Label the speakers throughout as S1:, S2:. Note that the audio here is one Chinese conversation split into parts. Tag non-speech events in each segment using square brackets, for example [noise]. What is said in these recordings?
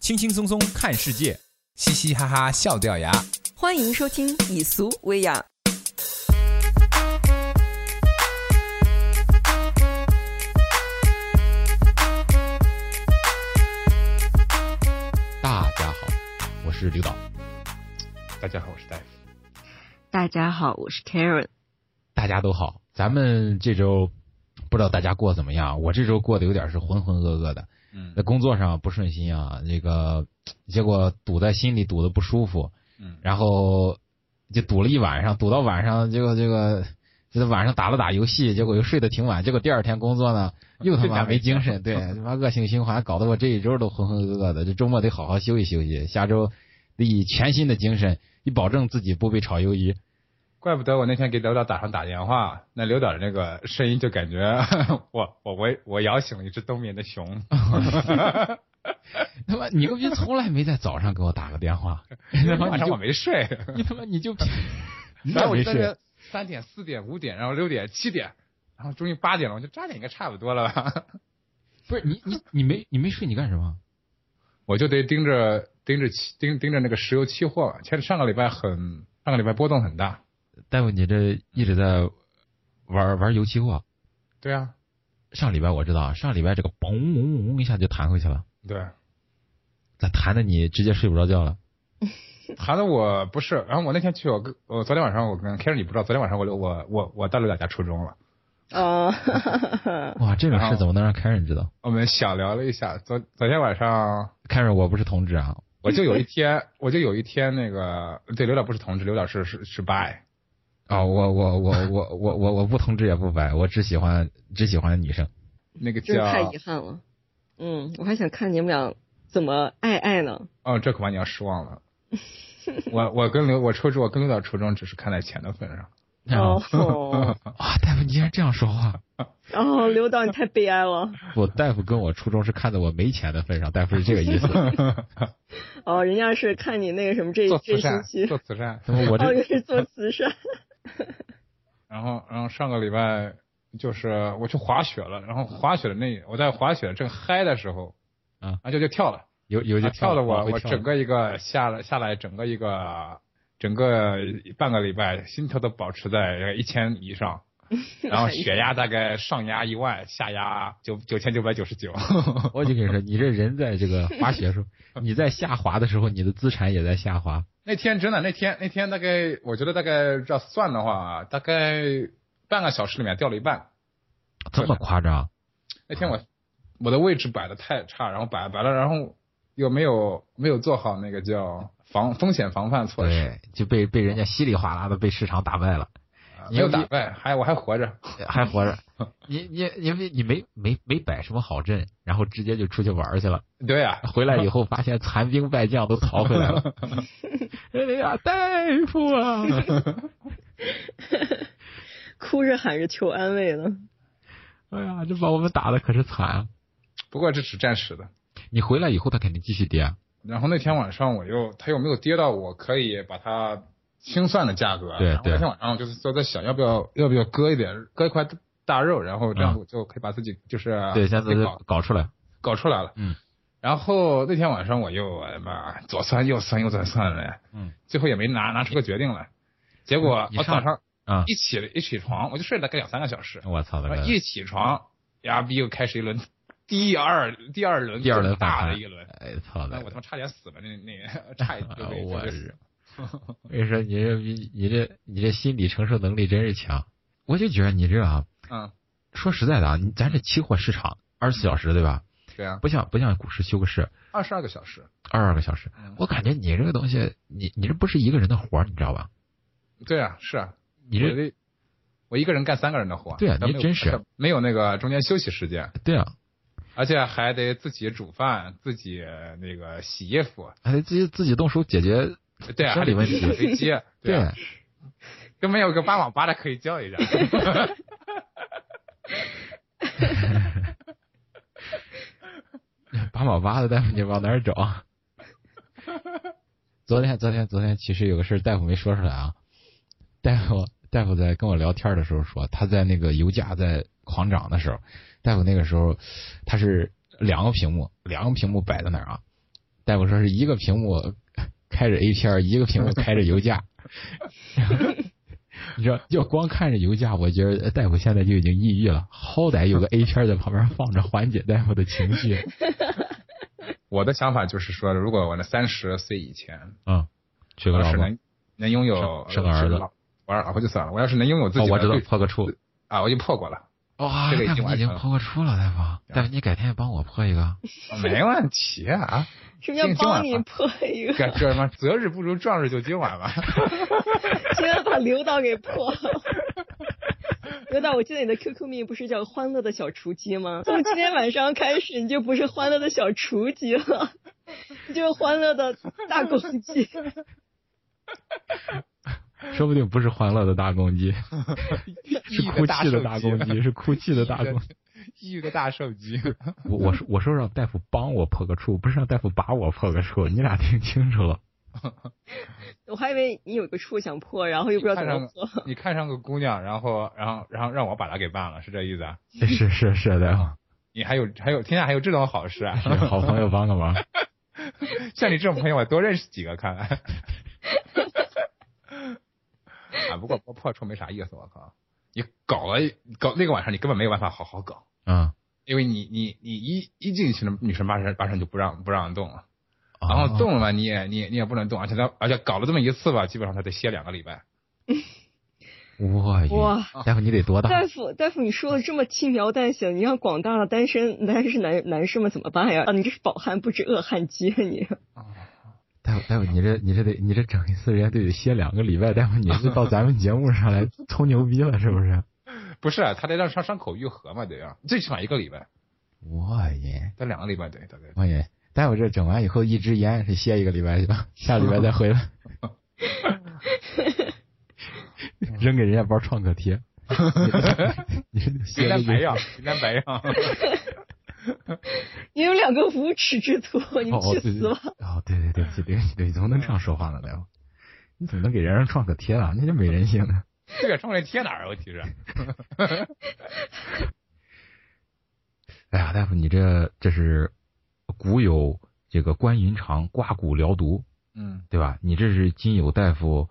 S1: 轻轻松松看世界，
S2: 嘻嘻哈哈笑掉牙。
S3: 欢迎收听《以俗为雅》。
S2: 大家好，我是刘导。
S4: 大家好，我是戴夫。
S3: 大家好，我是 Karen。
S2: 大家都好，咱们这周不知道大家过得怎么样？我这周过得有点是浑浑噩噩的。
S4: 嗯
S2: 在工作上不顺心啊，这个结果堵在心里，堵得不舒服，
S4: 嗯，
S2: 然后就堵了一晚上，堵到晚上，结果这个就是晚上打了打游戏，结果又睡得挺晚，结果第二天工作呢又他妈没精神，对，他妈恶性循环，搞得我这一周都浑浑噩噩的，这周末得好好休息休息，下周得以全新的精神，以保证自己不被炒鱿鱼。
S4: 怪不得我那天给刘导打上打电话，那刘导的那个声音就感觉 [laughs] 我我我我摇醒了一只冬眠
S2: [laughs]
S4: 的熊。
S2: 他妈牛逼，从来没在早上给我打个电话，他妈
S4: 晚
S2: 你
S4: 上我
S2: 就
S4: 没睡，
S2: 你他妈你
S4: [laughs]
S2: 就，你
S4: 然后
S2: 咋
S4: 我
S2: 没
S4: 就在
S2: 睡
S4: 这？三点、四点、五点，然后六点、七点，然后终于八点了，我就八点应该差不多了 [laughs] 吧？
S2: 不是你 [laughs] 你你没你没睡，你干什么？
S4: 我就得盯着盯着期盯盯着那个石油期货，前上个礼拜很上个礼拜波动很大。
S2: 大夫，你这一直在玩玩油期货。
S4: 对啊，
S2: 上礼拜我知道，啊上礼拜这个嘣嘣嘣一下就弹回去了，
S4: 对，
S2: 咋弹的你直接睡不着觉了？
S4: 谈的我不是，然后我那天去我跟我昨天晚上我跟 Karen 你不知道，昨天晚上我我我我到刘导家初中了。
S3: 哦， [laughs]
S2: 哇，这种
S4: 然
S2: 事
S4: 后
S2: 怎么能让凯瑞知道？
S4: 我们小聊了一下，昨昨天晚上
S2: 凯瑞，我不是同志啊，
S4: 我就有一天，我就有一天那个，对，刘导不是同志，刘导是是是 bi，
S2: 啊、我我 [laughs] 我我我我我不同志也不白，我只喜欢只喜欢女生。
S4: 那个
S3: 真是
S4: 叫
S3: 太遗憾了。嗯，我还想看你们俩怎么爱爱
S4: [laughs]
S3: 呢。
S4: 哦，这恐怕你要失望
S3: [laughs]
S4: 了。我我跟刘我初中我跟刘导初中只是看在钱的份上，
S3: 哦
S2: [laughs] 啊、啊，大夫，你竟然这样说话！
S3: 哦，刘导你太悲哀了。
S2: 我大夫跟我初中是看在我没钱的份上，大夫是这个意
S3: [laughs]
S2: 思。
S3: 哦，人家是看你那个什么这
S4: 做
S3: 这星
S4: 慈善
S3: 期，
S4: 做慈善，
S2: 怎么我
S3: 哦，
S2: 这
S3: 原来是做慈善。
S4: 然后然后上个礼拜就是我去滑雪了，然后滑雪的那我在滑雪正嗨的时候，
S2: 啊
S4: 然后就就跳了。
S2: 有有
S4: 我
S2: 就
S4: 就啊跳了我
S2: 会
S4: 我
S2: 跳
S4: 整个一个下来下来整个一个整个半个礼拜心跳都保持在一千以上，然后血压大概上压一万，下压九九千九百九十九。 [laughs]
S2: [laughs] 我就跟你说，你这人在这个滑雪的时候，你在下滑的时候，你的资产也在下滑。
S4: 那天真的那天那天大概我觉得大概这样算的话，大概半个小时里面掉了一半。
S2: 这么夸张？
S4: 那天我我的位置摆的太差，然后摆摆了，然后又没有没有做好那个叫防风险防范措施，
S2: 对，就被被人家稀里哗啦的被市场打败了，呃
S4: 啊没有打败，还我还活着。 [laughs]
S2: 还活 [laughs] 着。你你因为你没没没摆什么好阵，然后直接就出去玩去了。
S4: 对啊呀、
S2: 回来以后发现残兵败将都逃回来了。 [laughs] 哎呀，大夫啊！ [laughs]
S3: 哭着喊着求安慰呢。
S2: 哎呀，这把我们打的可是惨啊！
S4: 不过这只暂时的。
S2: 你回来以后，他肯定继续跌。啊
S4: 然后那天晚上我又它又没有跌到我可以把它清算的价格。啊
S2: 对
S4: 然后
S2: 对
S4: 那天晚上我就是说在想要不要要不要割一点割一块大肉，然后这样
S2: 嗯
S4: 我就可以把自己就是
S2: 对，现在
S4: 给
S2: 就
S4: 搞
S2: 啊搞出来。
S4: 搞出来了。
S2: 嗯。
S4: 然后那天晚上我又哎呀妈左算右算右算算了，
S2: 嗯，
S4: 最后也没拿拿出个决定来。结果
S2: 你
S4: 我
S2: 上
S4: 早上
S2: 啊！
S4: 一起一起床，我就睡了大概两三个小时，
S2: 我哎操，那
S4: 然
S2: 个
S4: 后一起床，呀逼又开始一轮第二第二轮
S2: 第二轮
S4: 最
S2: 反
S4: 大
S2: 弹
S4: 的一轮，
S2: 哎操
S4: 那
S2: 的
S4: 我！他妈差点死了，那那差
S2: [laughs]
S4: 一就被
S2: 我
S4: 就被
S2: 日
S4: 死
S2: 我跟你说，你这你你这你这心理承受能力真是强。我就觉得你这啊，
S4: [laughs] 嗯，
S2: 说实在的啊，你咱这期货市场二十四小时对吧？
S4: 对啊，
S2: 不像不像股市休个市
S4: 二十二个小时，
S2: 二十二个小时。
S4: 嗯
S2: 我感觉你这个东西，你你这不是一个人的活儿，你知道吧？
S4: 对啊，是啊，
S2: 你
S4: 我
S2: 这
S4: 这我一个人干三个人的活，
S2: 对啊
S4: 但
S2: 你
S4: 没有
S2: 真是
S4: [laughs] 没有那个中间休息时间，
S2: 对啊，
S4: 而且还得自己煮饭，自己那个洗衣服，
S2: 还得自己自己动手解决。
S4: 对啊，
S2: 生理问题
S4: 还得飞机，
S2: 对
S4: 啊，跟没有个八网吧的可以教一下， [laughs]
S2: 八毛八的大夫，你往哪儿找？昨天，昨天，昨天，其实有个事儿大夫没说出来啊。大夫，大夫在跟我聊天的时候说，他在那个油价在狂涨的时候，大夫那个时候他是两个屏幕，两个屏幕摆在那儿啊。大夫说是一个屏幕开着 A 片，一个屏幕开着油价。 [laughs] 你说要光看着油价，我觉得大夫现在就已经抑郁了。好歹有个 A 片在旁边放着，缓解大夫的情绪。
S4: 我的想法就是说，如果我那三十岁以前，
S2: 嗯，娶个
S4: 要
S2: 老
S4: 呃是
S2: 婆，哦
S4: 能能拥有
S2: 生生个儿子，
S4: 我老婆就算了。我要是能拥有自
S2: 哦
S4: 己，的
S2: 我知道
S4: 绿
S2: 破个
S4: [laughs]
S2: 处。
S4: 啊，我就破过
S2: [laughs]
S4: 了，
S2: 哇，
S4: 这个已
S2: 大夫
S4: 经
S2: 你已
S4: 完
S2: 经
S4: 成了
S2: 破个处了，大夫。
S4: 对
S2: 大夫，你改天也帮我破一
S4: [laughs]
S2: 个。
S4: 没问题啊。
S3: 是不是要
S4: 今今晚
S3: 帮你
S4: 吧
S3: 破一个？
S4: [laughs] 这这什么择日不如撞日，就今晚 [laughs] 吧。
S3: 今天把刘导给破了。刘导，我记得你的 QQ 名不是叫“欢乐的小雏鸡”吗？从今天晚上开始，你就不是欢乐的小雏鸡了，你就是欢乐的大公鸡。
S2: 说不定不是欢乐的大公鸡，是
S4: 抑郁
S2: 哭
S4: 大
S2: 泣的
S4: 兽
S2: 大
S4: 机
S2: 公
S4: [laughs]
S2: 鸡，是哭泣的大公鸡。
S4: 抑郁的大兽 [laughs] 机。
S2: 我我说我说让大夫帮我破个处，不是让大夫把我破个处，你俩听清楚
S4: [laughs]
S2: 了。
S3: 我还以为你有个处想破，然后又不知道怎么破。
S4: 你看上个姑娘，然后然后然后让我把她给办了，是这意思啊？
S2: 是是是，大
S4: 你还有还有天下还有这种好事啊？ [laughs]
S2: 夫，是好朋友帮个忙。
S4: 像你这种朋友，我多认识几个看来。 [laughs] 啊，不过破破处没啥意思，我靠！你搞了搞那个晚上，你根本没有办法好好搞，
S2: [laughs] 嗯，
S4: 因为你你你一一进去，那女生马上马上就不让不让动了，然
S2: 哦
S4: 后动了吧，你也你也你也不能动，而且她而且搞了这么一次吧，基本上她得歇两个礼拜。
S2: 我晕
S3: 哇，
S2: 大夫你得
S3: [laughs]
S2: 多大
S3: 大？夫，大夫，你说的这么轻描淡写，你让广大的单身单身男男士们怎么办呀？啊，你这是饱汉不知饿汉饥啊你！
S2: 大夫大夫你这你这得你这整一次人家得得歇两个礼拜，大夫你是到咱们节目上来 [laughs] 吹牛逼了是不是？
S4: 不是，啊她得让伤伤口愈合嘛，得要最起码一个礼拜，
S2: 我晕
S4: 得两个礼拜，对，大概。
S2: 我晕，大夫这整完以后一支烟是歇一个礼拜去
S3: [laughs]
S2: 吧，下礼拜再回来，扔给人家包创可
S3: [laughs]
S2: 贴。你你 [laughs]
S4: 云
S2: 歇了
S4: 南
S2: 一
S4: 白药，云南白药。
S3: 你们两个无耻之徒，你们
S2: 哦，
S3: 去
S2: 对
S3: 死吧！！
S2: 哦，对对对不起，对不起对不起，怎么能这样说话呢，大夫？你怎么能给人家创可贴啊了？那就没人性了。
S4: [laughs] 这个窗帘贴哪儿啊？问题是，
S2: 哎呀，大夫，你这这是古有这个关云长刮骨疗毒，
S4: 嗯
S2: 对吧？你这是今有大夫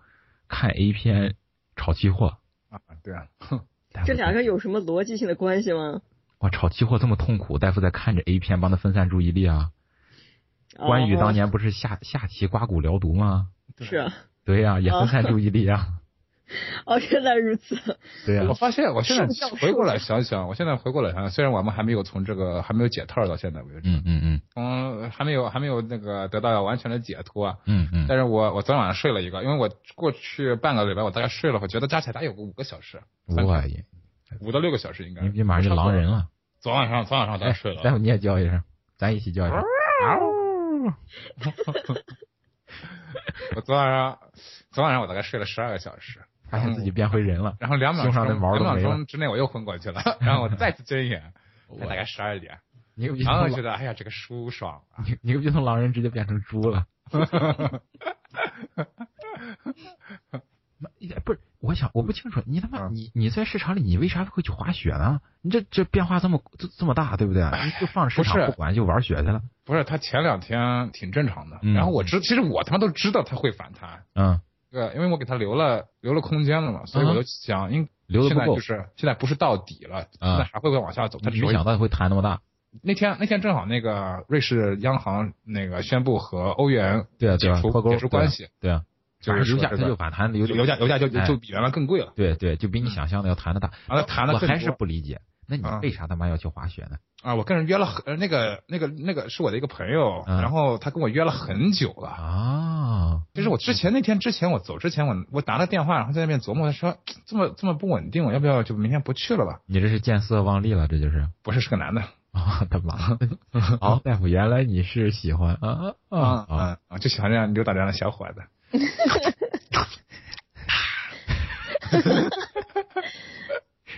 S2: 看 A 片炒期货，
S4: 啊，对啊，
S2: 大夫
S3: 这两个有什么逻辑性的关系吗？
S2: 哇，炒期货这么痛苦，大夫在看着 A 片帮他分散注意力啊。关羽当
S3: 哦、
S2: 年不是下下棋刮骨疗毒吗？
S4: 对
S3: 是啊，
S2: 对呀、也分散注意力啊。
S3: [laughs] 哦，原来如此。
S2: 对啊呀、
S4: 我发现我现在
S3: 受教
S4: 回过来想想，我现在回过来想想，虽然我们还没有从这个还没有解套到现在为止，
S2: 嗯嗯嗯
S4: 从还没有还没有那个得到完全的解脱啊。
S2: 嗯嗯，
S4: 但是我我昨天晚上睡了一个，因为我过去半个礼拜我大概睡了，我觉得加起来大概有个五个小时，
S2: 我也，
S4: 五到六个小时应该。
S2: 你你马上就狼人。了。
S4: 昨晚上昨晚上我大概睡了
S2: 待会你也叫一声，咱一起叫一声。
S4: 我昨晚上昨晚上我大概睡了十二个小时，
S2: 发现自己变回人了，
S4: 然后两秒
S2: 胸
S4: 钟
S2: 上的毛
S4: 两
S2: 都
S4: 秒
S2: 没了
S4: 钟之内我又昏过去了，然后我再次
S2: [laughs]
S4: 睁眼，才大概十二点，
S2: 你个逼
S4: 然
S2: 从
S4: 后
S2: 狼
S4: 觉得哎呀这个舒爽啊，
S2: 你你个逼从狼人直接变成猪
S4: [laughs]
S2: 了。妈不是，我想我不清楚，你他妈
S4: 嗯
S2: 你你在市场里，你为啥会去滑雪呢？你这这变化这么这这么大，对不对？你就放着市
S4: 不
S2: 场
S4: 是
S2: 不管就玩雪去了。
S4: 不是他前两天挺正常的，
S2: 嗯
S4: 然后我知其实我他妈都知道他会反弹，
S2: 嗯，
S4: 这个因为我给他留了留了空间了嘛，所以我就想应
S2: 留的
S4: 现
S2: 不
S4: 在
S2: 够
S4: 就，是现在不是到底了，
S2: 啊
S4: 现在还会不会往下走？他
S2: 你
S4: 只
S2: 没
S4: 会
S2: 想到会弹那么大。
S4: 那天那天正好那个瑞士央行那个宣布和欧元
S2: 对啊对
S4: 解
S2: 啊，
S4: 除
S2: 脱钩
S4: 解除关系，，
S2: 对啊，
S4: 就
S2: 对啊
S4: 是
S2: 油
S4: 说
S2: 价
S4: 这
S2: 它
S4: 个
S2: 就反弹，油
S4: 油价油价嗯啊就就
S2: 哎
S4: 就比原来更贵了，
S2: 对对，就比你想象的要弹的大。
S4: 然后谈了
S2: 我
S4: 更
S2: 还是
S4: 多
S2: 不理解，那你
S4: 啊
S2: 为啥他妈要去滑雪呢？
S4: 啊，我跟人约了很呃那个那个那个是我的一个朋友，
S2: 嗯
S4: 然后他跟我约了很久了。
S2: 啊，
S4: 就是我之前那天之前我走之前我我拿了电话，然后在那边琢磨，他说这么这么不稳定，我要不要就明天不去了吧？
S2: 你这是见色忘利了，这就是
S4: 不是是个男的
S2: 啊，他妈！ [laughs] 好，大夫，原来你是喜欢啊啊
S4: 啊
S2: 啊！
S4: 啊，就喜欢这样溜达这样的小伙子。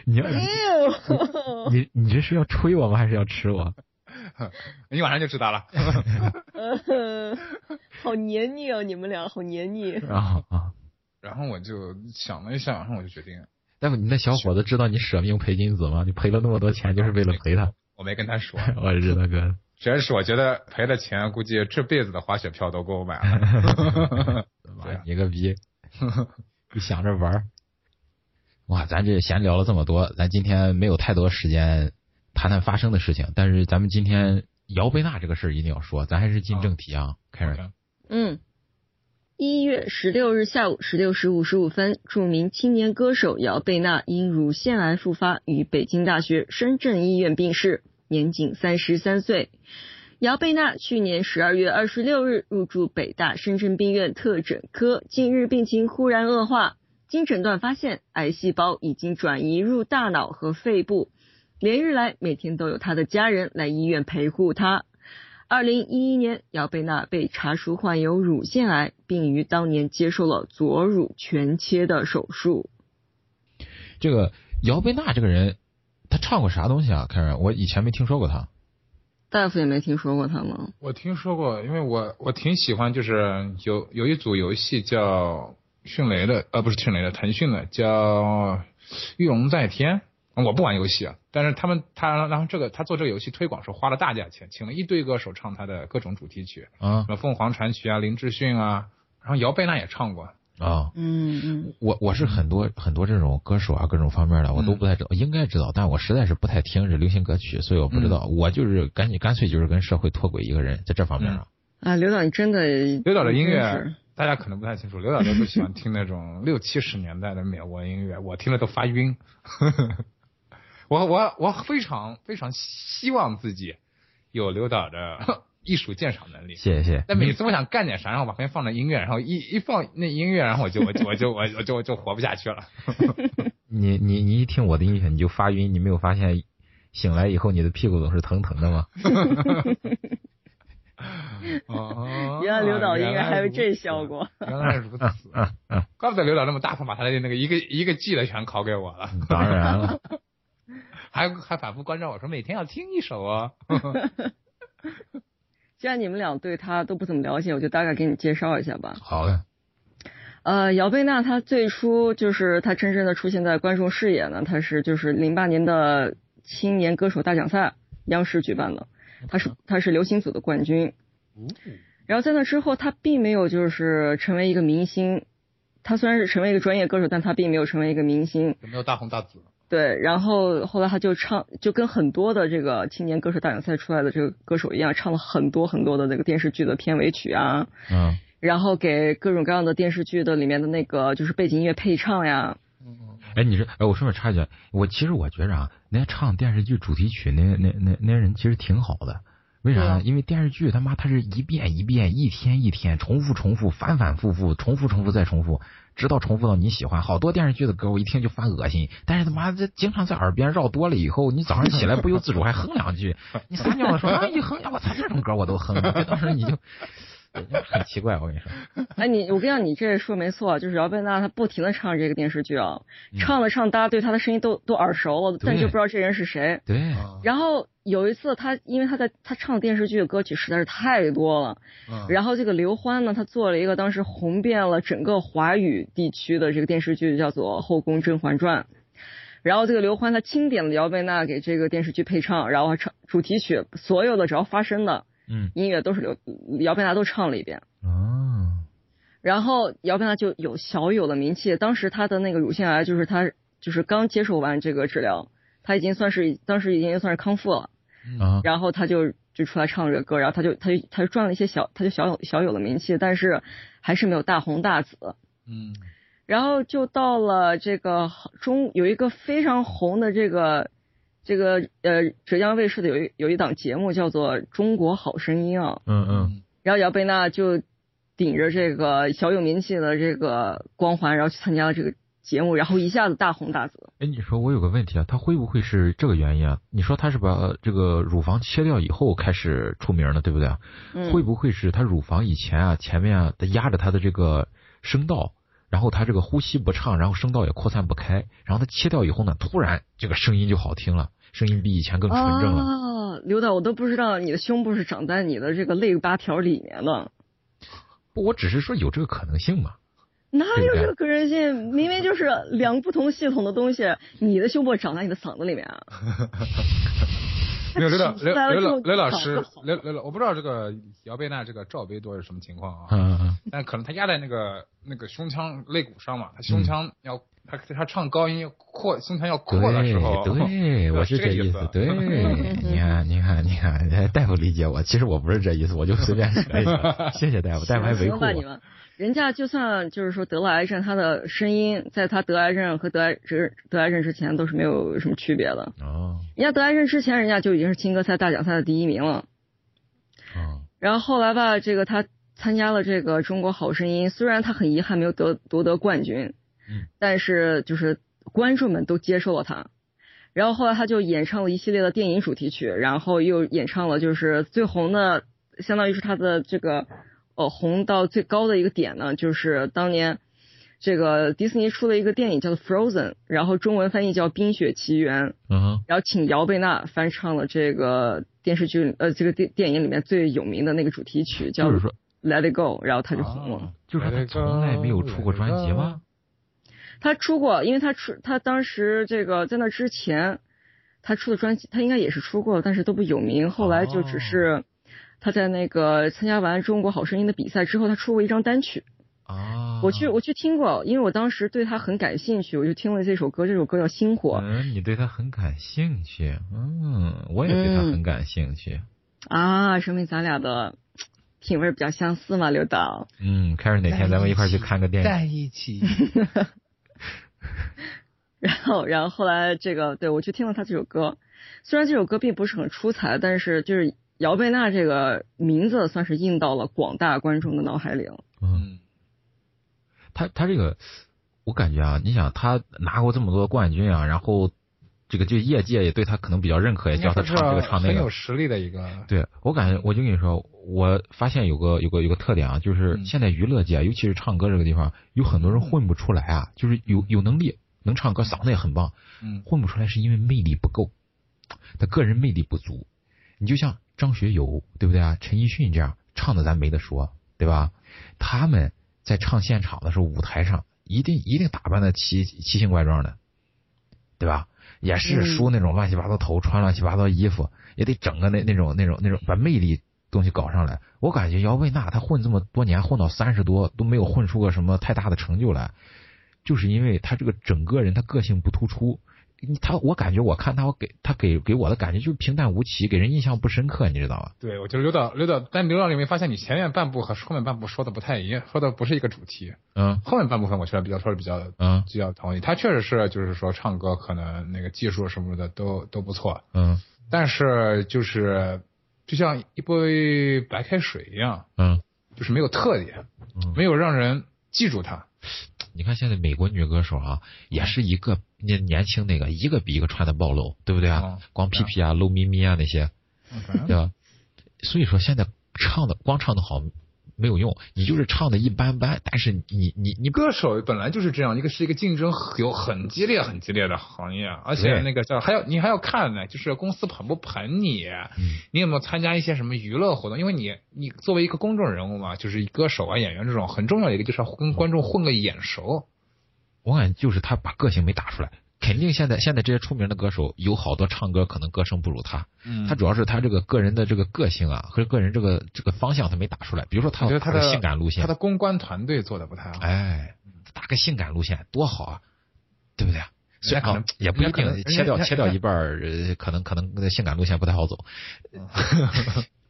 S2: 你要
S3: 哎
S2: 你
S3: 呦，
S2: 你你这是要吹我吗？还是要吃我？
S4: 你晚上就知道了， [laughs]
S3: 呃好黏腻啊！你们俩好黏腻。
S2: 啊啊！
S4: 然后我就想了一下，然后我就决定，
S2: 大夫，你那小伙子 [laughs] 知道你舍命陪君子吗？你赔了那么多钱，就是为了陪他。
S4: 我没跟他说，
S2: 我日他哥，
S4: 主要是我觉得赔了钱，估计这辈子的滑雪票都够买
S2: [laughs]
S4: 了。对
S2: 妈，你个 [laughs] 逼！一想着玩儿，哇，咱这闲聊了这么多，咱今天没有太多时间谈谈发生的事情，但是咱们今天姚贝娜这个事儿一定要说，咱还是进正题啊，凯瑞。
S3: 嗯，一月十六日下午十六时五十五分，著名青年歌手姚贝娜因乳腺癌复发，于北京大学深圳医院病逝，年仅三十三岁。姚贝娜去年十二月二十六日入住北大深圳病院特诊科，近日病情忽然恶化，经诊断发现癌细胞已经转移入大脑和肺部。连日来，每天都有她的家人来医院陪护她。二零一一年，姚贝娜被查出患有乳腺癌，并于当年接受了左乳全切的手术。
S2: 这个姚贝娜这个人，她唱过啥东西啊？凯瑞，我以前没听说过她。
S3: 大夫也没听说过他吗？
S4: 我听说过，因为我我挺喜欢，就是有有一组游戏叫迅雷的，呃，不是迅雷的，腾讯的叫《玉龙在天》。我不玩游戏啊，但是他们他然后这个他做这个游戏推广时候花了大价钱，请了一堆歌手唱他的各种主题曲，
S2: 啊
S4: 什么凤凰传奇啊、林志炫啊，然后姚贝娜也唱过。
S2: 啊！
S3: 嗯嗯，
S2: 我我是很多很多这种歌手啊，各种方面的我都不太知道，应该知道，但我实在是不太听这流行歌曲，所以我不知道。我就是赶紧干脆就是跟社会脱轨一个人，在这方面啊，
S3: 啊，刘导你真的
S4: 刘导的音
S3: 嗯真
S4: 乐
S3: 是
S4: 大家可能不太清楚，刘导都喜欢听那种六七十年代的美国音乐，我听了都发晕。我我我非常非常希望自己有刘导的 [laughs] 艺术鉴赏能力。
S2: 谢谢谢谢。
S4: 但每次我想干点啥，然后我把旁边放着音乐，然后一一放那音乐，然后我就我就我就我就我就我就活不下去了。
S2: 你你你一听我的音乐你就发晕，你没有发现醒来以后你的屁股总是疼疼的 [laughs] 吗？
S4: 哦
S3: [laughs] 原来刘导音乐还有这效。果。
S4: 原来如此，怪不得刘导那么大方，把他的那个一个一个 G 的全拷给我了，
S2: 当然了，
S4: 还还反复关照我说每天要听一首哦。
S3: 既然你们俩对他都不怎么了解，我就大概给你介绍一下吧。
S2: 好的，
S3: 呃，姚贝娜她最初就是她真正的出现在观众视野呢，她是就是零八年的青年歌手大奖赛，央视举办的，她是她是流行组的冠军。
S2: 哦
S3: 然后在那之后，她并没有就是成为一个明星，她虽然是成为一个专业歌手，但她并没有成为一个明星。
S4: 有没有大红大紫？
S3: 对，然后后来他就唱，就跟很多的这个青年歌手大奖赛出来的这个歌手一样，唱了很多很多的那个电视剧的片尾曲啊，
S2: 嗯，
S3: 然后给各种各样的电视剧的里面的那个就是背景音乐配唱呀。
S2: 哎，你说，哎，我顺便插一句，我其实我觉着啊，那些唱电视剧主题曲那那那那些人其实挺好的，为啥
S3: 对
S2: 呢
S3: 啊？
S2: 因为电视剧他妈它是一遍一遍、一天一天重复、重复、反反复复、重复、重复再重复，直到重复到你喜欢。好多电视剧的歌我一听就发恶心，但是他妈这经常在耳边绕多了以后，你早上起来不由自主还哼两
S3: [laughs]
S2: 句，你撒尿的时候啊一哼，哎我操，这种歌我都哼，这当时你 [laughs] 就。很奇怪，我跟你说，
S3: 哎，你我跟你讲，你这说没错，啊就是姚贝娜她不停的唱这个电视剧啊，唱了唱，大家对她的声音都都耳熟了，但
S2: 嗯对嗯
S3: 就不知道这人是谁。
S2: 对，
S4: 嗯
S3: 然后有一次她，因为她在她唱电视剧的歌曲实在是太多了，
S4: 嗯
S2: 嗯
S3: 然后这个刘欢呢，他做了一个当时红遍了整个华语地区的这个电视剧，叫做《后宫甄嬛传》。然后这个刘欢他钦点了姚贝娜给这个电视剧配唱，然后还唱主题曲，所有的只要发声的
S2: 嗯，
S3: 音乐都是刘姚贝娜都唱了一遍。
S2: 哦，
S3: 然后姚贝娜就有小有了名气。当时她的那个乳腺癌，就是她就是刚接受完这个治疗，她已经算是当时已经算是康复了。
S2: 啊，
S3: 然后她就就出来唱这个歌，然后她就她就她就赚了一些小，她就小有小有了名气，但是还是没有大红大紫。
S4: 嗯，
S3: 然后就到了这个中有一个非常红的这个这个呃浙江卫视的有一有一档节目叫做《中国好声音》啊，
S2: 嗯嗯，
S3: 然后姚贝娜就顶着这个小有名气的这个光环，然后去参加了这个节目，然后一下子大红大紫。
S2: 哎，你说我有个问题啊，他会不会是这个原因啊？你说他是把这个乳房切掉以后开始出名的，对不对啊？
S3: 嗯，
S2: 会不会是他乳房以前啊前面啊它压着他的这个声道，然后他这个呼吸不畅，然后声道也扩散不开，然后他切掉以后呢，突然这个声音就好听了，声音比以前更纯正了。
S3: 啊，刘导，我都不知道你的胸部是长在你的这个肋八条里面的，
S2: 不，我只是说有这个可能性嘛。
S3: 哪有
S2: 对
S3: 这个可人性？明明就是两个不同系统的东西，你的胸部长在你的嗓子里面啊。
S4: 没有刘老刘
S3: 来了
S4: 刘
S3: 之后
S4: 老刘老
S3: 就
S4: 师
S3: 搞不好
S4: 刘刘老，我不知道这个姚贝娜这个罩杯多是什么情况啊？
S2: 嗯嗯
S4: 但可能他压在那个那个胸腔肋骨上嘛，他胸
S2: 嗯
S4: 腔要、他他唱高音要扩，胸腔要扩
S2: 对
S4: 的时候， [laughs]
S2: 对，我是
S4: 这个
S2: 意
S4: 意
S2: 思
S4: 思。
S2: 对，
S3: [laughs]
S2: 你看，你看，你看，哎大夫理解我，其实我不是这意思，我就随便扯一扯。
S4: [laughs]
S2: 谢谢大夫，大夫还维护
S3: 行吧你
S2: 我。
S3: 们，人家就算就是说得了癌症，他的声音在他得癌症和得癌之得癌症之前都是没有什么区别的。
S2: 哦，
S3: 人家得癌症之前，人家就已经是青歌赛大奖赛的第一名了。
S2: 哦，
S3: 然后后来吧，这个他参加了这个中国好声音，虽然他很遗憾没有得夺得冠军，
S2: 嗯，
S3: 但是就是观众们都接受了他。然后后来他就演唱了一系列的电影主题曲，然后又演唱了就是最红的，相当于是他的这个呃红到最高的一个点呢，就是当年这个迪士尼出了一个电影叫《Frozen》，然后中文翻译叫《冰雪奇缘》，
S2: 嗯
S3: 然后请姚贝娜翻唱了这个电视剧呃这个电电影里面最有名的那个主题曲，
S2: 哼，
S3: 叫
S2: 就是
S3: 《
S2: 说，
S3: Let It Go》，然后她就红了。
S4: 啊
S2: 就是说他从来没有出过专辑吗？
S3: 她出过，因为她出她当时这个在那之前，她出的专辑她应该也是出过，但是都不有名。后来就只
S2: 哦
S3: 是她在那个参加完《中国好声音》的比赛之后，她出过一张单曲。
S4: 嗯
S2: 啊，
S3: 我去我去听过，因为我当时对她很感兴趣，我就听了这首歌，这首歌叫《星火》。
S2: 嗯，你对他很感兴趣，嗯，我也对他很感兴趣，
S3: 啊，说明咱俩的品味儿比较相似嘛，刘导。
S2: 嗯，开始哪天咱们一块儿去看个电影，
S4: 在一起，
S3: 然后，然后后来这个，对我去听了他这首歌，虽然这首歌并不是很出彩，但是就是姚贝娜这个名字算是印到了广大观众的脑海里了。
S2: 嗯，
S4: 嗯，
S2: 他他这个，我感觉啊，你想他拿过这么多冠军啊，然后这个就业界也对他可能比较认可，也叫他唱这个唱那
S4: 很
S2: 个
S4: 有，实力的一个，
S2: 对我感觉，我就跟你说，我发现有个有个有个特点啊，就是
S4: 嗯
S2: 现在娱乐界，啊尤其是唱歌这个地方，有很多人混不出来啊，就是有有能力能唱歌，嗓子也很棒，
S4: 嗯
S2: 混不出来是因为魅力不够，他个人魅力不足。你就像张学友，对不对啊？陈奕迅这样唱的咱没得说，对吧？他们在唱现场的时候，舞台上一定一定打扮的奇奇形怪状的，对吧？也是
S3: 嗯
S2: 梳那种乱七八糟头，穿乱七八糟衣服，也得整个那那种那种那种把魅力东西搞上来。我感觉姚贝娜她混这么多年，混到三十多都没有混出个什么太大的成就来，就是因为她这个整个人她个性不突出。你她我感觉我看她我给她给给我的感觉就是平淡无奇，给人印象不深刻，你知道吧？
S4: 对，我觉得刘导刘导，但刘导你没发现你前面半部和后面半部说的不太一样，说的不是一个主题，
S2: 嗯
S4: 后面半部分我觉得比较说的比较。
S2: 嗯
S4: 比较同意，他确实是，就是说唱歌可能那个技术什么的都都不错，
S2: 嗯
S4: 但是就是就像一杯白开水一样，
S2: 嗯
S4: 就是没有特点，
S2: 嗯。
S4: 没有让人记住它。
S2: 你看现在美国女歌手啊，也是一个那年轻那个一个比一个穿的暴露，对不对啊
S4: 嗯？
S2: 光屁屁啊、露咪咪啊那些，
S4: 嗯 [laughs]
S2: 对吧？所以说现在唱的光唱的好没有用，你就是唱的一般般，但是你你你
S4: 歌手本来就是这样，一个是一个竞争有很激烈、很激烈的行业，啊而且
S2: 对
S4: 那个叫还有你还要看呢，就是公司捧不捧你，啊
S2: 嗯
S4: 你有没有参加一些什么娱乐活动？因为你你作为一个公众人物嘛，就是歌手啊、演员这种很重要的一个就是要跟观众混个眼熟。
S2: 我感觉就是他把个性没打出来。肯定现在现在这些出名的歌手有好多唱歌可能歌声不如他，
S4: 嗯
S2: 他主要是他这个个人的这个个性啊和个人这个这个方向他没打出来。比如说他
S4: 我觉
S2: 要
S4: 得
S2: 打
S4: 他
S2: 个
S4: 的
S2: 性感路线
S4: 他，的公关团队做的不太好。
S2: 哎，打个性感路线多好啊，对不对啊？虽然
S4: 人家可能
S2: 啊也不一
S4: 人家可能
S2: 定
S4: 人家
S2: 切掉
S4: 人家
S2: 切掉一半儿，呃可能可能性感路线不太好
S4: [laughs]
S2: 走。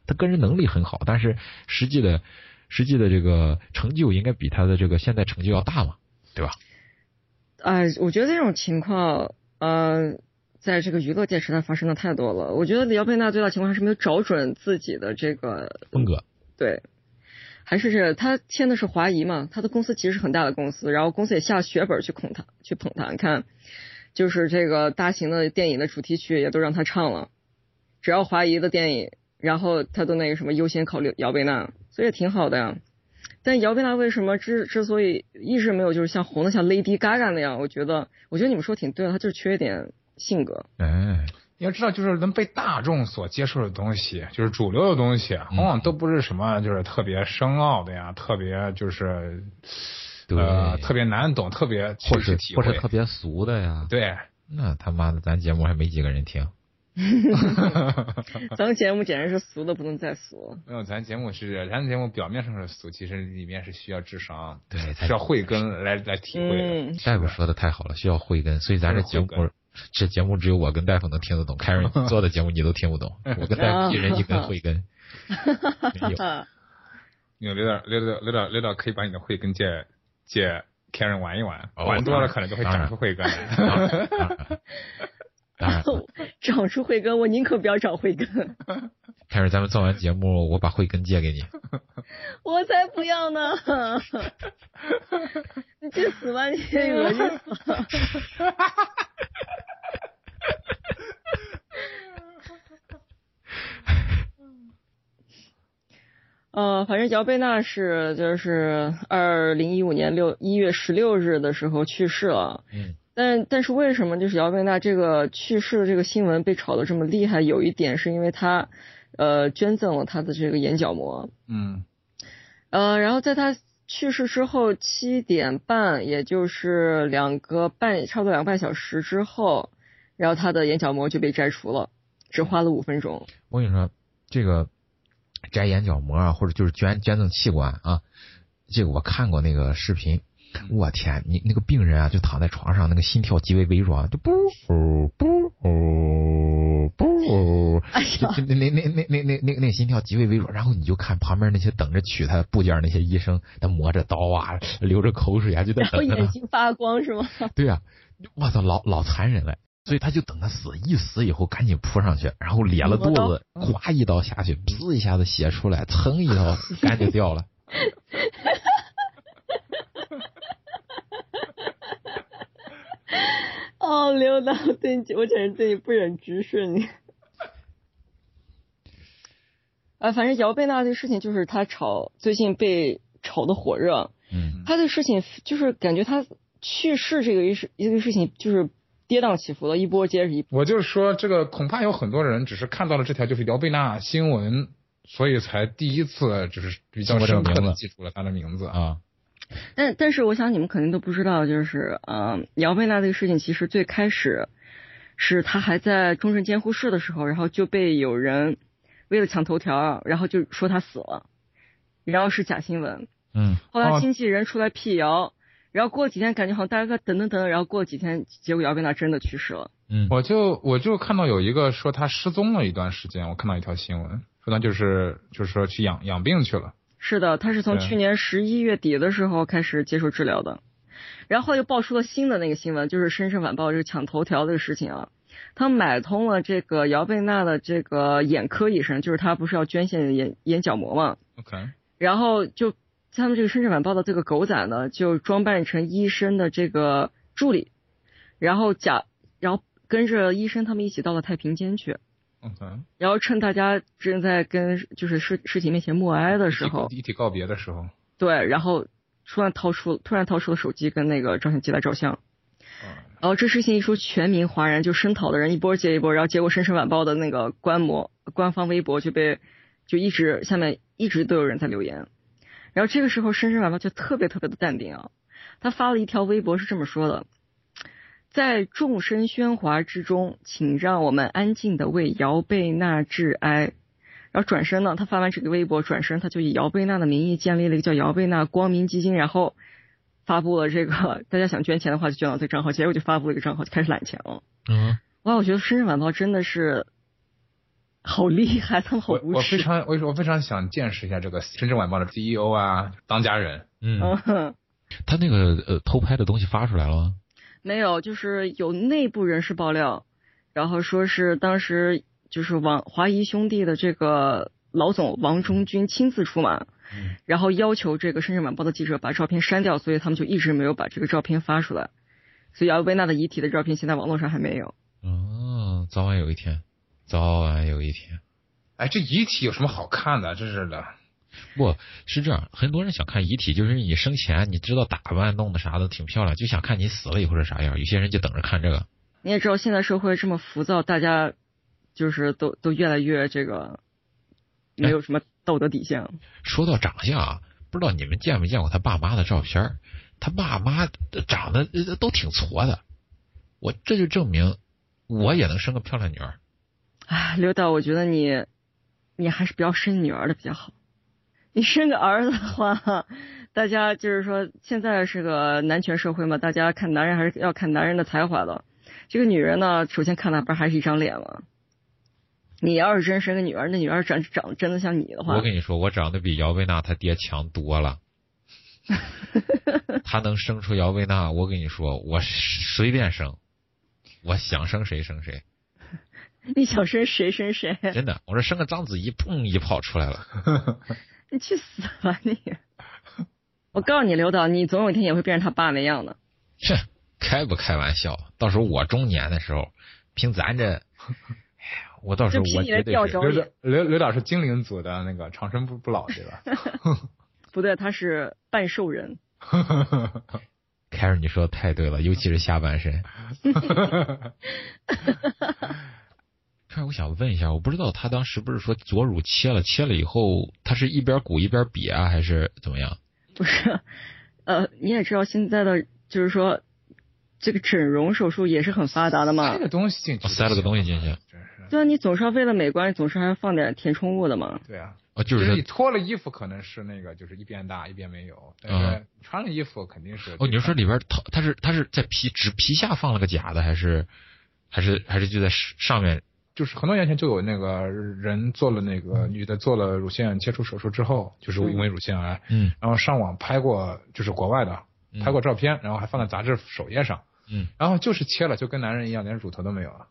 S2: 他个人能力很好，但是实际的实际的这个成就应该比他的这个现在成就要大嘛，对吧？
S3: 哎、我觉得这种情况，呃，在这个娱乐界实在发生的太多了。我觉得姚贝娜最大情况还是没有找准自己的这个
S2: 峰哥，
S3: 对，还是这他签的是华谊嘛，他的公司其实是很大的公司，然后公司也下血本去捧他，去捧他。你看，就是这个大型的电影的主题曲也都让他唱了，只要华谊的电影，然后他都那个什么优先考虑姚贝娜，所以也挺好的呀。但姚贝娜为什么之之所以一直没有就是像红的像 Lady Gaga 那样，我觉得，我觉得你们说挺对的，她就是缺一点性格。
S2: 哎，
S4: 你要知道，就是能被大众所接受的东西，就是主流的东西，啊往往都不是什么就是特别深奥的呀，特别就是
S2: 对
S4: 呃特别难懂，特别
S2: 或
S4: 去
S2: 是
S4: 体
S2: 或
S4: 会
S2: 是特别俗的呀，
S4: 对。
S2: 那他妈的咱节目还没几个人听，
S4: 啊
S3: 咱们节目简直是俗的不能再俗了。
S4: 没有，咱节目是咱节目表面上是俗，其实里面是需要智商，
S2: 对
S4: 需要慧根来来体会的。
S3: 嗯，
S2: 大夫说的太好了，需要慧根，所以咱这节目
S4: 慧根
S2: 这节目只有我跟大夫能听得懂，
S4: [laughs]
S2: 凯瑞你做的节目你都听不懂，我跟大
S4: 嗯
S2: 夫一人一根慧根，没有。
S3: 啊，
S4: 有刘导，刘导，刘导，刘导可以把你的慧根借借 Karen 玩一玩，
S2: 哦
S4: 玩多了可能就会
S2: 当然
S4: 长出慧根来。 [laughs]
S2: 当然当然当然了，
S3: 长出慧根，我宁可不要长慧根，
S2: 凯瑞，咱们做完节目，我把慧根借给你。
S3: 我才不要呢！你去死吧你！恶心死了！呃，反正姚贝娜是就是二零一五年六一月十六日的时候去世了。
S2: 嗯，
S3: 但但是为什么就是姚贝娜这个去世的这个新闻被炒得这么厉害？有一点是因为她，呃，捐赠了她的这个眼角膜。
S4: 嗯
S3: 呃，然后在她去世之后七点半，也就是两个半，差不多两个半小时之后，然后她的眼角膜就被摘除了，只花了五分钟。
S2: 我跟你说，这个摘眼角膜啊，或者就是捐捐赠器官啊，这个我看过那个视频。我天，你那个病人啊，就躺在床上，那个心跳极为微弱，啊就不呜不呜不呜，
S3: [laughs] 哎呀，
S2: [laughs] 就那那那那那那那那心跳极为微弱，然后你就看旁边那些等着取他部件儿那些医生，他磨着刀啊，流着口水啊，就在
S3: 然后
S2: 等着
S3: 眼
S2: 他。
S3: 睛发光是吗？ [laughs]
S2: [laughs] 对啊，我操，老老残忍了。所以他就等他死，一死以后赶紧扑上去，然后咧了肚
S3: 磨嗯
S2: 子，咵一刀下去，滋一下子血出来，噌一
S3: [laughs]
S2: 刀肝就掉了。
S3: 哦，刘导，对你，我简直对你不忍直视你。啊，反正姚贝娜这事情就是她炒，最近被炒得火热。
S2: 嗯
S3: 她的事情就是感觉她去世这个一事一个事情就是跌宕起伏的，一波接着一波。
S4: 我就说这个，恐怕有很多人只是看到了这条就是姚贝娜新闻，所以才第一次就是比较深刻的记住了她的名字啊。
S2: 啊，
S3: 但但是我想你们肯定都不知道，就是呃，姚贝娜这个事情其实最开始是她还在重症监护室的时候，然后就被有人为了抢头条，然后就说她死了，然后是假新闻。
S2: 嗯，
S3: 后来
S4: 哦
S3: 经纪人出来辟谣，然后过几天感觉好像大家等等等，然后过几天结果姚贝娜真的去世了。
S2: 嗯，
S4: 我就我就看到有一个说她失踪了一段时间，我看到一条新闻说她就是就是说去养养病去了。
S3: 是的，她是从
S4: 对
S3: 去年十一月底的时候开始接受治疗的，然后又爆出了新的那个新闻，就是《深圳晚报》这个抢头条这个事情啊。他买通了这个姚贝娜的这个眼科医生，就是他不是要捐献眼眼角膜嘛，
S4: OK，
S3: 然后就他们这个《深圳晚报》的这个狗仔呢，就装扮成医生的这个助理，然后假，然后跟着医生他们一起到了太平间去，
S4: OK，
S3: 然后趁大家正在跟就是尸尸体面前默哀的时候，
S4: 一体告别的时候，
S3: 对，然后突然掏出突然掏出了手机跟那个照相机来照相，
S4: 嗯，
S3: 然后这事情一出，全民哗然，就声讨的人一波接一波，然后结果《深圳晚报》的那个官模官方微博就被就一直下面一直都有人在留言，然后这个时候《深圳晚报》就特别特别的淡定啊，他发了一条微博是这么说的：在众声喧哗之中，请让我们安静的为姚贝娜致哀。然后转身呢，他发完这个微博，转身他就以姚贝娜的名义建立了一个叫姚贝娜光明基金，然后发布了这个大家想捐钱的话就捐到这个账号，结果就发布了一个账号就开始揽钱了。
S2: 嗯，
S3: 哇，我觉得《深圳晚报》真的是好厉害，他们好
S4: 我
S3: 无
S4: 我非
S3: 耻。
S4: 常我我非常想见识一下这个《深圳晚报》的 CEO 啊，当家人。
S2: 嗯，
S3: 嗯，
S2: 他那个呃偷拍的东西发出来了吗？
S3: 没有，就是有内部人士爆料，然后说是当时就是王华谊兄弟的这个老总王中军亲自出马，
S2: 嗯
S3: 然后要求这个《深圳晚报》的记者把照片删掉，所以他们就一直没有把这个照片发出来。所以姚贝娜的遗体的照片现在网络上还没有。
S2: 哦，早晚有一天，早晚有一天。
S4: 哎，这遗体有什么好看的？真是的，
S2: 不是这样，很多人想看遗体，就是你生前你知道打扮弄的啥的挺漂亮，就想看你死了以后是啥样。有些人就等着看这个。
S3: 你也知道现在社会这么浮躁，大家就是都都越来越这个没有什么道德底线了。
S2: 说到长相啊，不知道你们见没见过他爸妈的照片儿？他爸妈长得呃都挺矬的，我这就证明我也能生个漂亮女儿。
S3: 哎，刘导，我觉得你你还是不要生女儿的比较好。你生个儿子的话，大家就是说现在是个男权社会嘛，大家看男人还是要看男人的才华的。这个女人呢，首先看那边还是一张脸嘛。你要是真生个女儿，那女儿长长真的像你的话，
S2: 我跟你说，我长得比姚贝娜她爹强多了。她能生出姚贝娜，我跟你说，我随便生，我想生谁生谁。
S3: 你想生谁生谁？ [laughs]
S2: 真的，我说生个章子怡，砰一炮出来了。
S3: 你去死吧你！我告诉你，刘导，你总有一天也会变成他爸那样的。
S2: 哼，开不开玩笑？到时候我中年的时候，凭咱这，哎我到时候我绝对
S3: 是。刘
S4: 刘刘刘导是精灵组的那个长生不不老对吧？
S3: 不对，他是半兽人。
S2: 凯尔，你说的太对了，尤其是下半身。看，我想问一下，我不知道他当时不是说左乳切了，切了以后，他是一边鼓一边瘪啊，还是怎么样？
S3: 不是，呃，你也知道现在的就是说，这个整容手术也是很发达的嘛。
S4: 塞个东西进去，
S2: 哦塞了个东西进去，
S3: 对啊，你总是要为了美观，总是还要放点填充物的嘛。
S4: 对啊，
S2: 啊，就是
S4: 你脱了衣服可能是那个，就是一边大一边没有，但是穿了衣服肯定是。
S2: 嗯哦，你说里边它它是它是在皮只皮下放了个假的，还是还是还是就在上面？
S4: 就是很多年前就有那个人做了那个女的做了乳腺切除手术之后，就是因为乳腺癌，
S2: 嗯，
S4: 然后上网拍过，就是国外的拍过照片，然后还放在杂志首页上，
S2: 嗯，
S4: 然后就是切了，就跟男人一样，连乳头都没有了，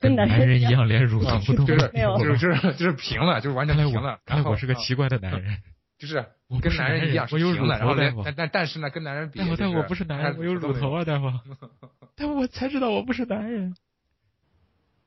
S3: 跟
S2: 男人一样，连乳头都
S4: 就是
S2: 没有，
S4: 就是
S2: [laughs]
S4: 就是就是平了，就是完全平了。然后
S2: 哎我是个奇怪的男 [laughs] 人，
S4: 就是跟男人一样是平了，然后连但但但是呢，跟男人比，
S2: 但我不是男人，我有乳头啊，大夫， [laughs] 大夫我才知道我不是男人。啊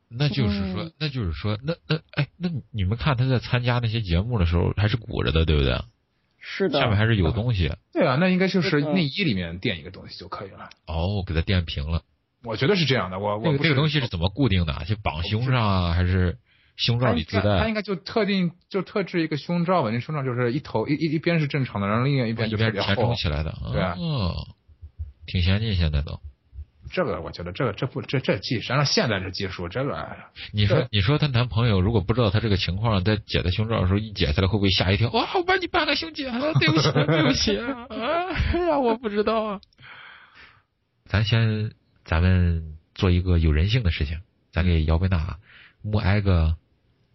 S2: 那就是说，那就是说，那那哎，那你们看他在参加那些节目的时候，还是鼓着的，对不对？
S3: [laughs] 是的。
S2: 下面还是有东西。
S4: 对啊，那应该就是
S2: 嗯
S4: 内衣里面垫一个东西就可以了。
S2: 哦，给它垫平了。
S4: 我觉得是这样的，我我
S2: 这个东西是怎么固定的？是绑胸上啊，还是胸罩里自带？
S4: 它应该就特定就特制一个胸罩吧，那胸罩就是一头一一一边是正常的，然后另外一边就
S2: 填充起来的。哦
S4: 对啊，
S2: 挺先进现在都。
S4: 这个我觉得这个这不这这技术，按现在这技术，这个哎
S2: 你说你说她男朋友如果不知道她这个情况，在解她胸罩的时候一解下来，会不会吓一跳？哇，我把你半个胸解了，对不起，对不起啊！哎呀，我不知道啊。咱先咱们做一个有人性的事情，咱给姚贝娜啊默哀个，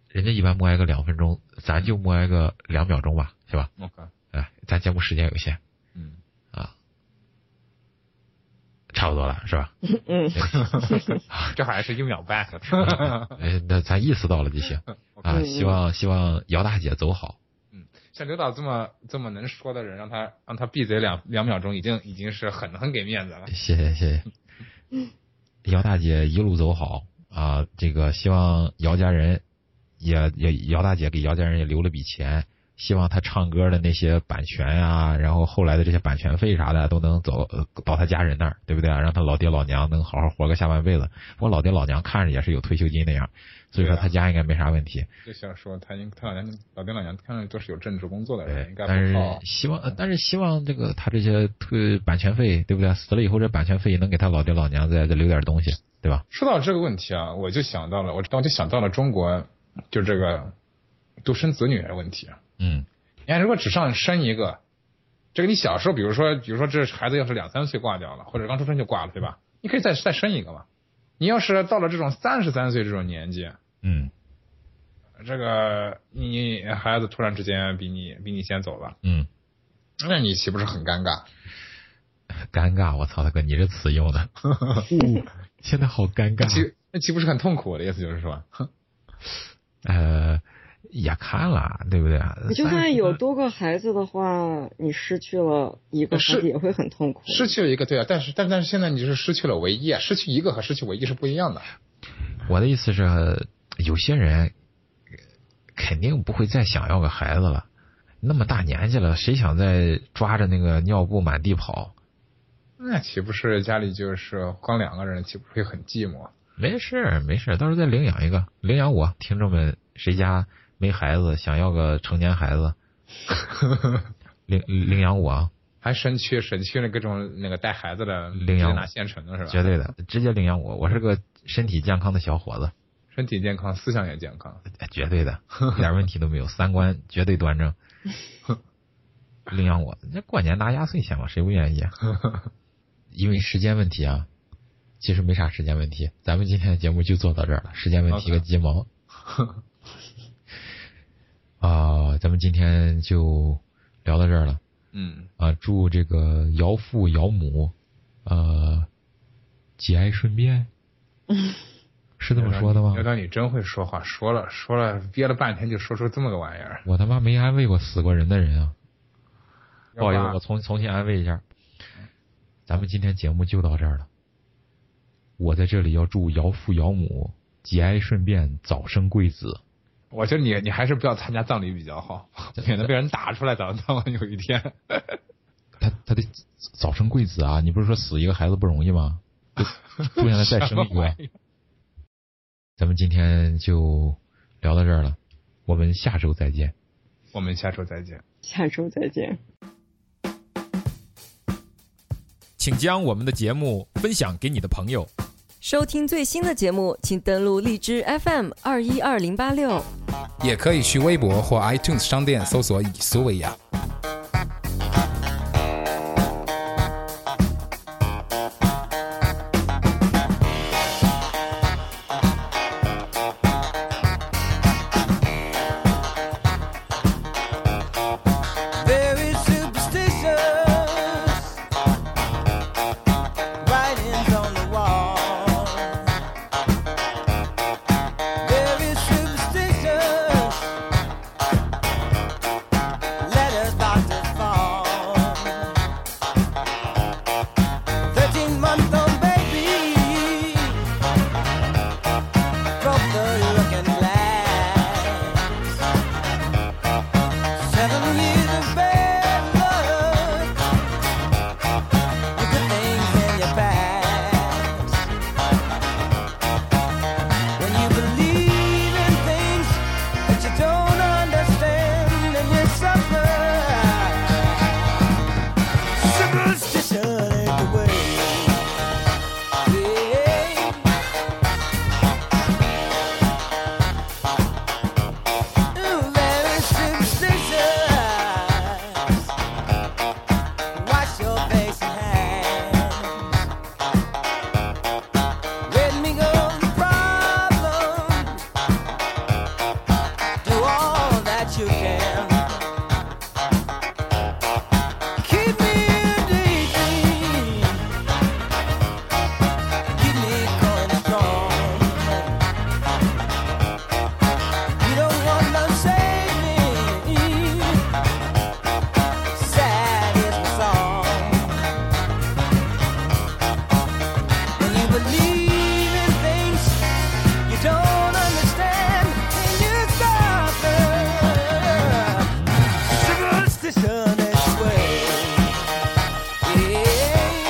S2: 人家一般默哀个两分钟，咱就默哀个两秒钟吧，是吧
S4: ？OK，
S2: 哎，咱节目时间有限。嗯啊差不多了，是吧？
S3: 嗯，
S4: [laughs] 这好像是一秒半。 [laughs]
S2: 哎，那咱意识到了就行啊！希望希望姚大姐走好。
S4: 嗯，像刘导这么这么能说的人，让他让他闭嘴两两秒钟，已经已经是很很给面子了。
S2: 谢谢谢谢，姚大姐一路走好啊！这个希望姚家人也也姚大姐给姚家人也留了笔钱，希望她唱歌的那些版权啊，然后后来的这些版权费啥的都能走呃到他家人那儿，对不对啊？让他老爹老娘能好好活个下半辈子。我老爹老娘看着也是有退休金那样，所以说他家应该没啥问题。
S4: 就想说他应他老娘老爹老娘看着都是有政治工作的人，应该
S2: 但是希望呃但是希望这个他这些退版权费，对不对？死了以后这版权费能给他老爹老娘再再留点东西，对吧？
S4: 说到这个问题啊，我就想到了，我我就想到了中国就这个独生子女的问题。啊
S2: 嗯，
S4: 你看，如果只上生一个，这个你小时候，比如说，比如说这孩子要是两三岁挂掉了，或者刚出生就挂了，对吧？你可以再再生一个嘛。你要是到了这种三十三岁这种年纪，
S2: 嗯，
S4: 这个你孩子突然之间比你比你先走了，
S2: 嗯，
S4: 那你岂不是很尴尬？
S2: 尴尬！我操，大哥，你这词用的，现在好尴尬。
S4: 岂那岂不是很痛苦？我的意思就是说，
S2: 呃。也看了，对不啊对？
S3: 你 [laughs] 就算有多个孩子的话，你失去了一个孩子也会很痛苦。
S4: 失去了一个，对啊，但是但但是现在你是失去了唯一，啊失去一个和失去唯一是不一样的。
S2: 我的意思是，有些人肯定不会再想要个孩子了，那么大年纪了，谁想再抓着那个尿布满地跑？
S4: 那岂不是家里就是光两个人，岂不会很寂寞？
S2: 没事没事，到时候再领养一个，领养我。听众们，谁家？没孩子，想要个成年孩子， [laughs] 领领养我、啊，
S4: 还省去省去了各种那个带孩子的
S2: 领养
S4: 拿现成的是吧？
S2: 绝对的，直接领养我，我是个身体健康的小伙子。
S4: 身体健康，思想也健康。
S2: 哎绝对的，一点问题都没有，三观绝对端正。领养我，那过年拿压岁钱嘛，谁不愿意啊？因为时间问题啊，其实没啥时间问题。咱们今天的节目就做到这儿了，时间问题个鸡毛。啊，咱们今天就聊到这儿了。
S4: 嗯，
S2: 啊，祝这个姚父姚母，呃，节哀顺变，是这么说的吗
S4: 刘？导，你真会说话，说了说了，憋了半天就说出这么个玩意儿。
S2: 我他妈没安慰过死过人的人啊！不好意思
S4: 要，不
S2: 我重重新安慰一下。咱们今天节目就到这儿了。我在这里要祝姚父姚母节哀顺变，早生贵子。
S4: 我觉得你你还是不要参加葬礼比较好，免得被人打出来，早早晚有一天。
S2: 他他得早生贵子啊！你不是说死一个孩子不容易吗？
S4: [laughs]
S2: 就住下来再生一
S4: 什么
S2: 个
S4: 玩。意儿
S2: 咱们今天就聊到这儿了，我们下周再见。
S4: 我们下周再见。
S5: 下周再见。
S2: 请将我们的节目分享给你的朋友，
S3: 收听最新的节目，请登录荔枝 FM 二一二零八六。
S6: 也可以去微博或 iTunes 商店搜索“以苏为雅”。
S7: very superstitious. Writings on the wall. Very superstitious. Letters about to fall. Thirteen month old baby. Broke the looking glass. Seven years of bad luck. You put things in your past. When you believe in things that you don't understand, and you suffer. Superstition ain't the way. Very superstitious. Wash your face and hands. Let me go the problem. Do all that you can. Keep me a daydream. Keep me going strong. You don't want no saving. Sad is the song. When you believe in things you don't understand, and you suffer. Superstition is the way. Yeah.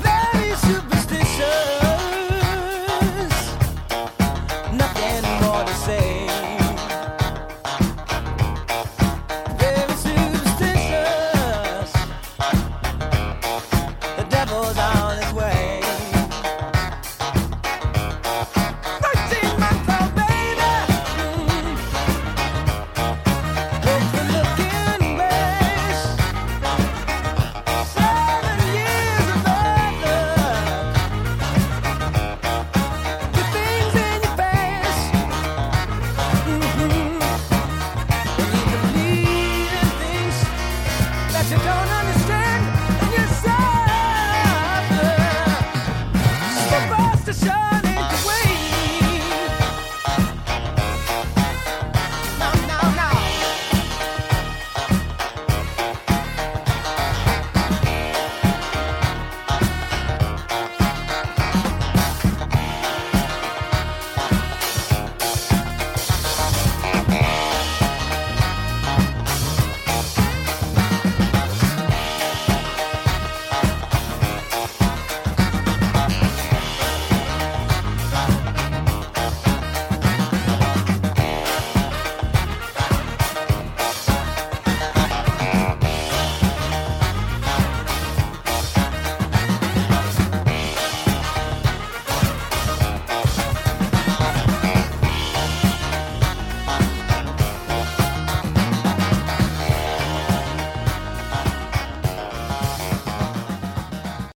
S7: Very superstitious. Nothing more to say. Very superstitious. The devil's on his way. Thirteen month old baby. Broken looking face. Seven years of bad luck. Put things in your face. When you believe in things that you don't understand, and you suffer, superstition